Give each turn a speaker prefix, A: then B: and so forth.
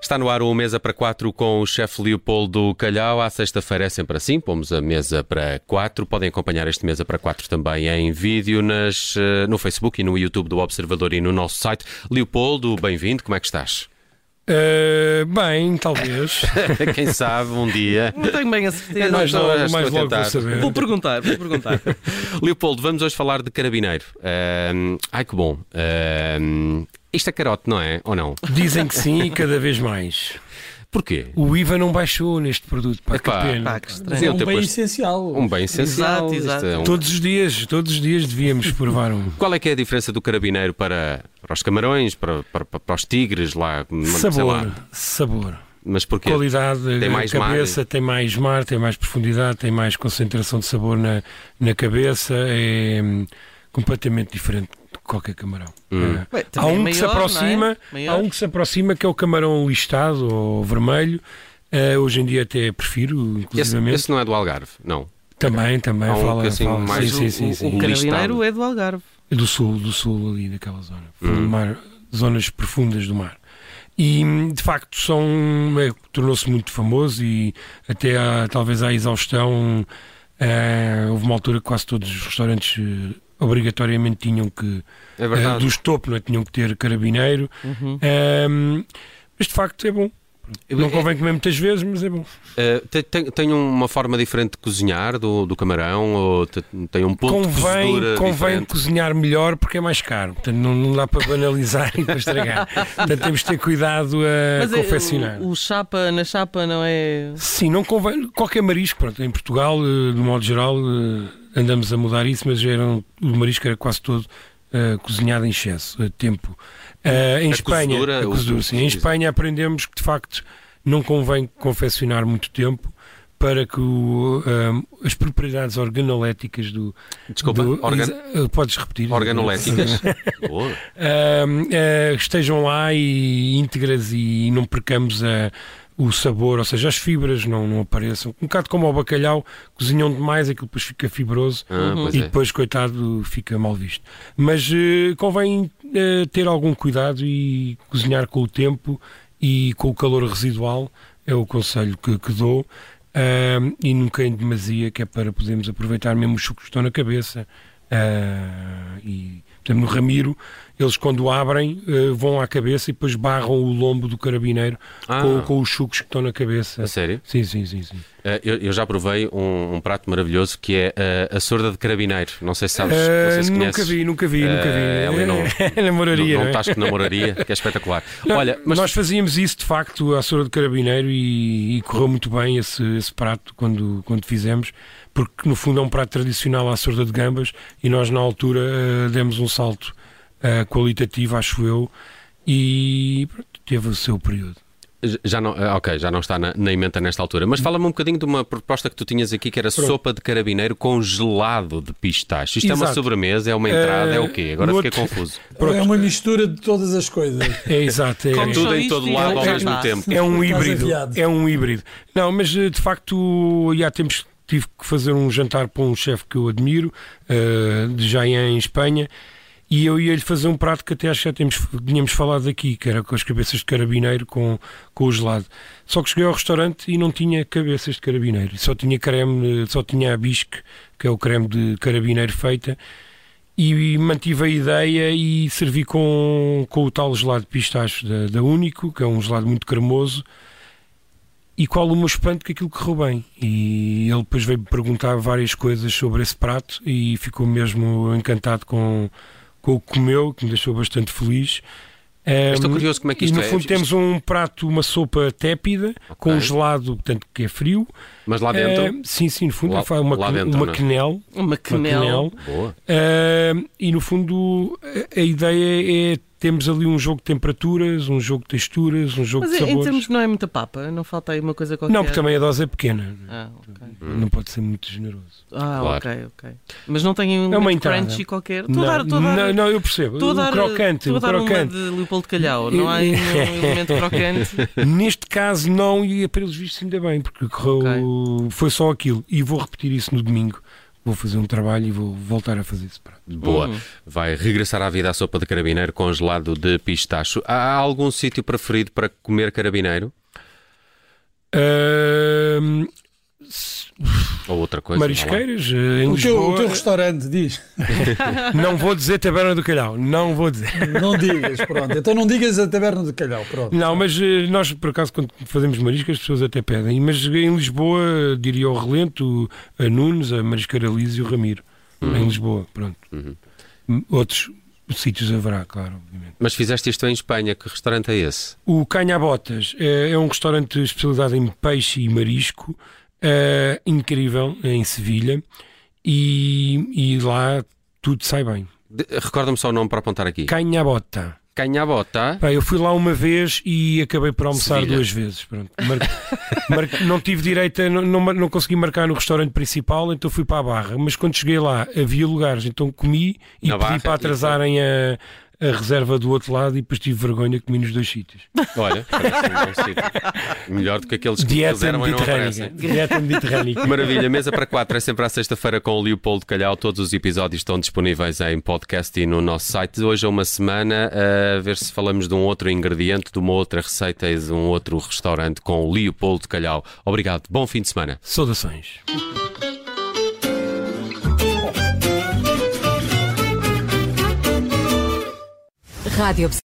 A: Está no ar o Mesa para Quatro com o chefe Leopoldo Calhau. À sexta-feira é sempre assim, pomos a Mesa para Quatro. Podem acompanhar este Mesa para Quatro também em vídeo nas, eh, no Facebook e no YouTube do Observador e no nosso site. Leopoldo, bem-vindo, como é que estás?
B: Uh, bem, talvez.
A: Quem sabe um dia.
C: Não tenho bem a certeza.
A: Nós
B: mais
A: não,
B: logo,
A: já estou
B: mais
A: a
B: logo
A: tentar.
B: vou saber.
C: Vou perguntar, vou perguntar.
A: Leopoldo, vamos hoje falar de carabineiro. Ahm, ai que bom. Ahm, isto é carote, não é? Ou não?
B: Dizem que sim, e cada vez mais.
A: Porquê?
B: O IVA não baixou neste produto, pá, que
A: Epá,
B: pena.
C: Pá, que
A: Sim,
C: estranho.
A: eu
D: um
A: tenho
D: bem
A: posto
D: essencial.
A: um bem essencial.
C: Exato,
A: isto
C: exato.
A: é um-
B: Todos os dias, todos os dias devíamos provar um.
A: Qual é que é a diferença do carabineiro para, para os camarões, para, para, para- para os tigres lá? sei
B: Sabor,
A: lá.
B: sabor,
A: Mas porquê?
B: qualidade,
A: Tem
B: a
A: mais
B: cabeça
A: mar. né?
B: tem mais mar, tem mais profundidade, tem mais concentração de sabor na, na cabeça, é hum, completamente diferente de qualquer camarão.
A: Hum.
B: É.
C: Bem,
B: Há
C: também
B: um
C: é
B: que se
C: maior, não é?
B: aproxima,
C: Maior.
B: há um que se aproxima que é o camarão listado ou vermelho. Eh, hoje em dia até prefiro,
A: Esse,
B: inclusivamente.
A: esse não é do Algarve, não.
B: Também, também
A: Há um
B: fala,
A: que assim
B: fala.
A: mais
B: sim,
C: o,
B: sim,
C: o-
B: sim, Um
C: o
B: sim.
C: carabineiro
A: Listado.
C: é do Algarve.
B: Do sul, do sul ali daquela zona. Fundo
A: Hum.
B: do mar, zonas profundas do mar. E de facto são é, tornou-se muito famoso e até há, talvez à exaustão eh, houve uma altura que quase todos os restaurantes eh, obrigatoriamente tinham que
A: É
B: eh,
A: verdade.
B: dos topo, não é? tinham que ter carabineiro.
C: Uhum.
B: Eh, mas de facto é bom. Não convém comer muitas vezes, mas é bom.
A: Eh, tem, tem- tem uma forma diferente de cozinhar do, do camarão? Ou te- tem um ponto de cozedura
B: convém, convém
A: diferente?
B: cozinhar melhor porque é mais caro. Portanto, não, não dá para banalizar e para estragar. Portanto, temos de ter cuidado a
C: Mas é-
B: confeccionar.
C: o, o chapa na chapa não é.
B: Sim, não convém. Qualquer marisco, pronto, em Portugal, eh, de modo geral, eh, andamos a mudar isso, mas era um- o marisco era quase todo eh, cozinhado em excesso, a tempo. Eh, em
A: A
B: Espanha,
A: cozedura,
B: a
A: o-
B: cozedura, sim. Em Espanha aprendemos que, de facto, não convém confeccionar muito tempo para que o, eh, as propriedades organoléticas do...
A: Desculpa,
B: do-
A: organ-
B: eh, Podes repetir?
A: organoléticas. Boa.
B: Ahm, eh, estejam lá e íntegras e não percamos a- o sabor, ou seja, as fibras não, não apareçam. Um bocado como ao bacalhau, cozinham demais, aquilo depois fica fibroso
A: Ah, pois
B: Uhum. e
A: é.
B: depois, coitado, fica mal visto. Mas eh, convém eh, ter algum cuidado e cozinhar com o tempo e com o calor residual, é o conselho que, que dou. Ahm, e nunca em demasia, que é para podermos aproveitar mesmo os sucos que estão na cabeça. Ah, e, por exemplo, no Ramiro, eles quando abrem eh, vão à cabeça e depois barram o lombo do carabineiro
A: Ah,
B: com, com os sucos que estão na cabeça.
A: a sério?
B: Sim, sim, sim. sim.
A: Eh, eu, eu já provei um, um prato maravilhoso que é eh, a sorda de carabineiro. Não sei se sabes, não
B: Ah,
A: sei se
B: nunca
A: conheces.
B: vi, nunca vi, nunca vi.
A: Eh, ali não-
B: É na moraria,
A: Não,
B: não
A: não
B: é?
A: estás que namoraria, que é espetacular.
B: Não,
A: Olha, mas
B: Nós fazíamos isso de facto à Soura de Carabineiro e, e correu muito bem esse, esse prato quando, quando fizemos, porque no fundo é um prato tradicional à Soura de Gambas e nós na altura eh, demos um salto eh, qualitativo, acho eu, e pronto, teve o seu período.
A: já não, ah, ok, já não está na, na emenda nesta altura. Mas fala-me um bocadinho de uma proposta que tu tinhas aqui que era
B: Pronto.
A: sopa de carabineiro com gelado de pistache. Isto é uma
B: Exato.
A: sobremesa, é uma entrada, é,
B: Eh,
A: o quê? Agora
B: no
A: fiquei
B: outro-
A: confuso.
B: Pronto.
D: É uma mistura de todas as coisas.
B: É exato. É,
C: Como
B: é-
C: só
A: Tudo em
C: isto
A: todo
C: e
A: lado ao
C: já
A: mesmo
C: está.
A: tempo.
B: É um
D: Estás
B: híbrido.
D: aviado.
B: É um híbrido. Não, mas eh, de facto já temos tive que fazer um jantar para um chefe que eu admiro, eh, de Jaén em Espanha, e eu ia-lhe fazer um prato que até acho que já temos, tínhamos falado aqui, que era com as cabeças de carabineiro com, com o gelado. Só que cheguei ao restaurante e não tinha cabeças de carabineiro, só tinha creme, eh, só tinha a bisque, que é o creme de carabineiro feita, e mantive a ideia e servi com, com o tal gelado de pistache da, da Único, que é um gelado muito cremoso. E qual o meu espanto que aquilo correu bem. E ele depois veio-me perguntar várias coisas sobre esse prato e ficou mesmo encantado com, com o que comeu, que me deixou bastante feliz.
A: Eu Estou
B: Ahm,
A: curioso como é que
B: e
A: isto
B: no
A: é.
B: fundo
A: Isto-
B: temos um prato, uma sopa tépida, com um
A: Ok.
B: gelado, portanto, que é frio.
A: Mas lá dentro.
B: Ahm, sim, sim, no fundo
A: Lá-
B: é fa- uma,
A: lá
B: quene-
A: dentro,
B: uma
A: não é?
B: quenel.
C: Uma
B: Uma
C: quenel.
B: quenel.
A: Boa.
B: Ah, e no fundo a, a ideia é temos ali um jogo de temperaturas, um jogo de texturas, um jogo
C: Mas
B: de
C: em- em
B: sabores.
C: termos não é muita papa, não falta aí uma coisa qualquer.
B: Não, porque também a dose é pequena,
C: Ah, ok.
B: não pode ser muito generoso.
C: Ah,
A: Claro.
C: ok, ok. Mas não tem um
B: É uma
C: elemento
B: entrada.
C: crunchy qualquer. Estou
B: Não,
C: a dar, estou a dar-
B: não, não, eu percebo.
C: estou a
B: O
C: dar-
B: crocante,
C: estou a
B: o
C: dar um uma
B: crocante.
C: de Leopoldo Calhau. Não há aí nenhum elemento crocante.
B: Neste caso não, e pelos vistos ainda bem, porque correu, foi só aquilo. E vou repetir isso no domingo vou fazer um trabalho e vou voltar a fazer esse prato.
A: Boa.
C: Hum.
A: Vai regressar à vida a sopa de carabineiro congelado de pistacho. Há algum sítio preferido para comer carabineiro?
B: Ahm, s-
A: Ou outra coisa? vá lá.
B: marisqueiras, eh, em
D: O teu, o
B: Lisboa.
D: teu restaurante diz.
B: Não vou dizer Taberna do Calhau, não vou dizer.
D: Não digas, pronto. Então não digas a taberna do calhau, pronto.
B: Não, mas eh, nós, por acaso, quando fazemos mariscas, as pessoas até pedem. Mas em Lisboa, eh, diria o Relento, a Nunes, a Marisqueira Liz e o Ramiro. Em Lisboa, pronto. Hum, Outros sítios haverá, claro, obviamente.
A: Mas fizeste isto em Espanha, que restaurante é esse?
B: O Canhabotas é, é um restaurante especializado em peixe e marisco, eh, incrível, em Sevilha. E, e lá tudo sai bem.
A: De- Recorda-me só o nome para apontar aqui. tá?
B: Canhabota.
A: Canhabota.
B: Pá, eu fui lá uma vez e acabei por almoçar
A: Sevilha.
B: duas vezes. Pronto. Mar- mar- Não tive direito, a, não, não, mar- não consegui marcar no restaurante principal, então fui para a barra. Mas quando cheguei lá havia lugares, então comi e
A: Na
B: pedi
A: Barra,
B: para
A: e
B: atrasarem a, a reserva do outro lado e depois tive vergonha que comi nos dois sítios.
A: Olha, parece um bom sítio. Melhor do que aqueles que
B: Dieta
A: fizeram e não
B: mediterrânica.
A: aparecem.
B: Dieta mediterrânica.
A: Maravilha, mesa para quatro é sempre à sexta-feira com o Leopoldo Calhau. Todos os episódios estão disponíveis em podcast e no nosso site. Hoje é uma semana a ver se falamos de um outro ingrediente, de uma outra receita e de um outro restaurante com o Leopoldo Calhau. Obrigado, bom fim de semana.
B: Saudações.
E: Rádio